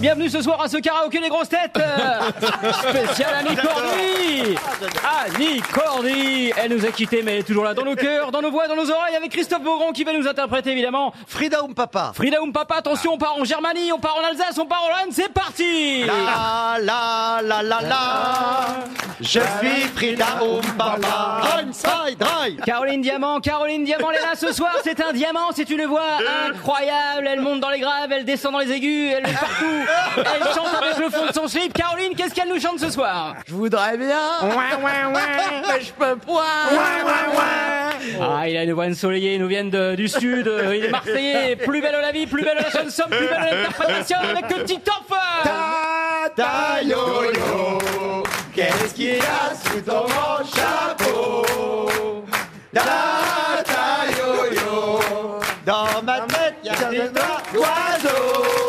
Bienvenue ce soir à ce karaoké des grosses têtes euh, Spécial Annie Cordy Annie Cordy Elle nous a quittés mais elle est toujours là dans nos cœurs, dans nos voix, dans nos oreilles avec Christophe Beaugrand qui va nous interpréter évidemment Frida ou papa Frida Oum Papa, attention, on part en Germanie, on part en Alsace, on part en Hollande, c'est parti La la la la la Je suis Frida ou papa Inside Drive Caroline Diamant, Caroline Diamant, elle est là ce soir, c'est un diamant, c'est une voix incroyable, elle monte dans les graves, elle descend dans les aigus, elle est partout, elle chante avec le fond de son slip. Caroline, qu'est-ce qu'elle nous chante ce soir Je voudrais bien Mais je peux pas Ah, il a une voix ensoleillée, ils nous viennent de- du sud, euh, il est marseillais, plus belle la vie, plus belle la chanson, plus belle l'interprétation avec le Titoff Tata yo-yo Qu'est-ce qu'il y a sous ton grand chapeau Tata yo-yo Dans ma tête, y'a des doigts d'oiseau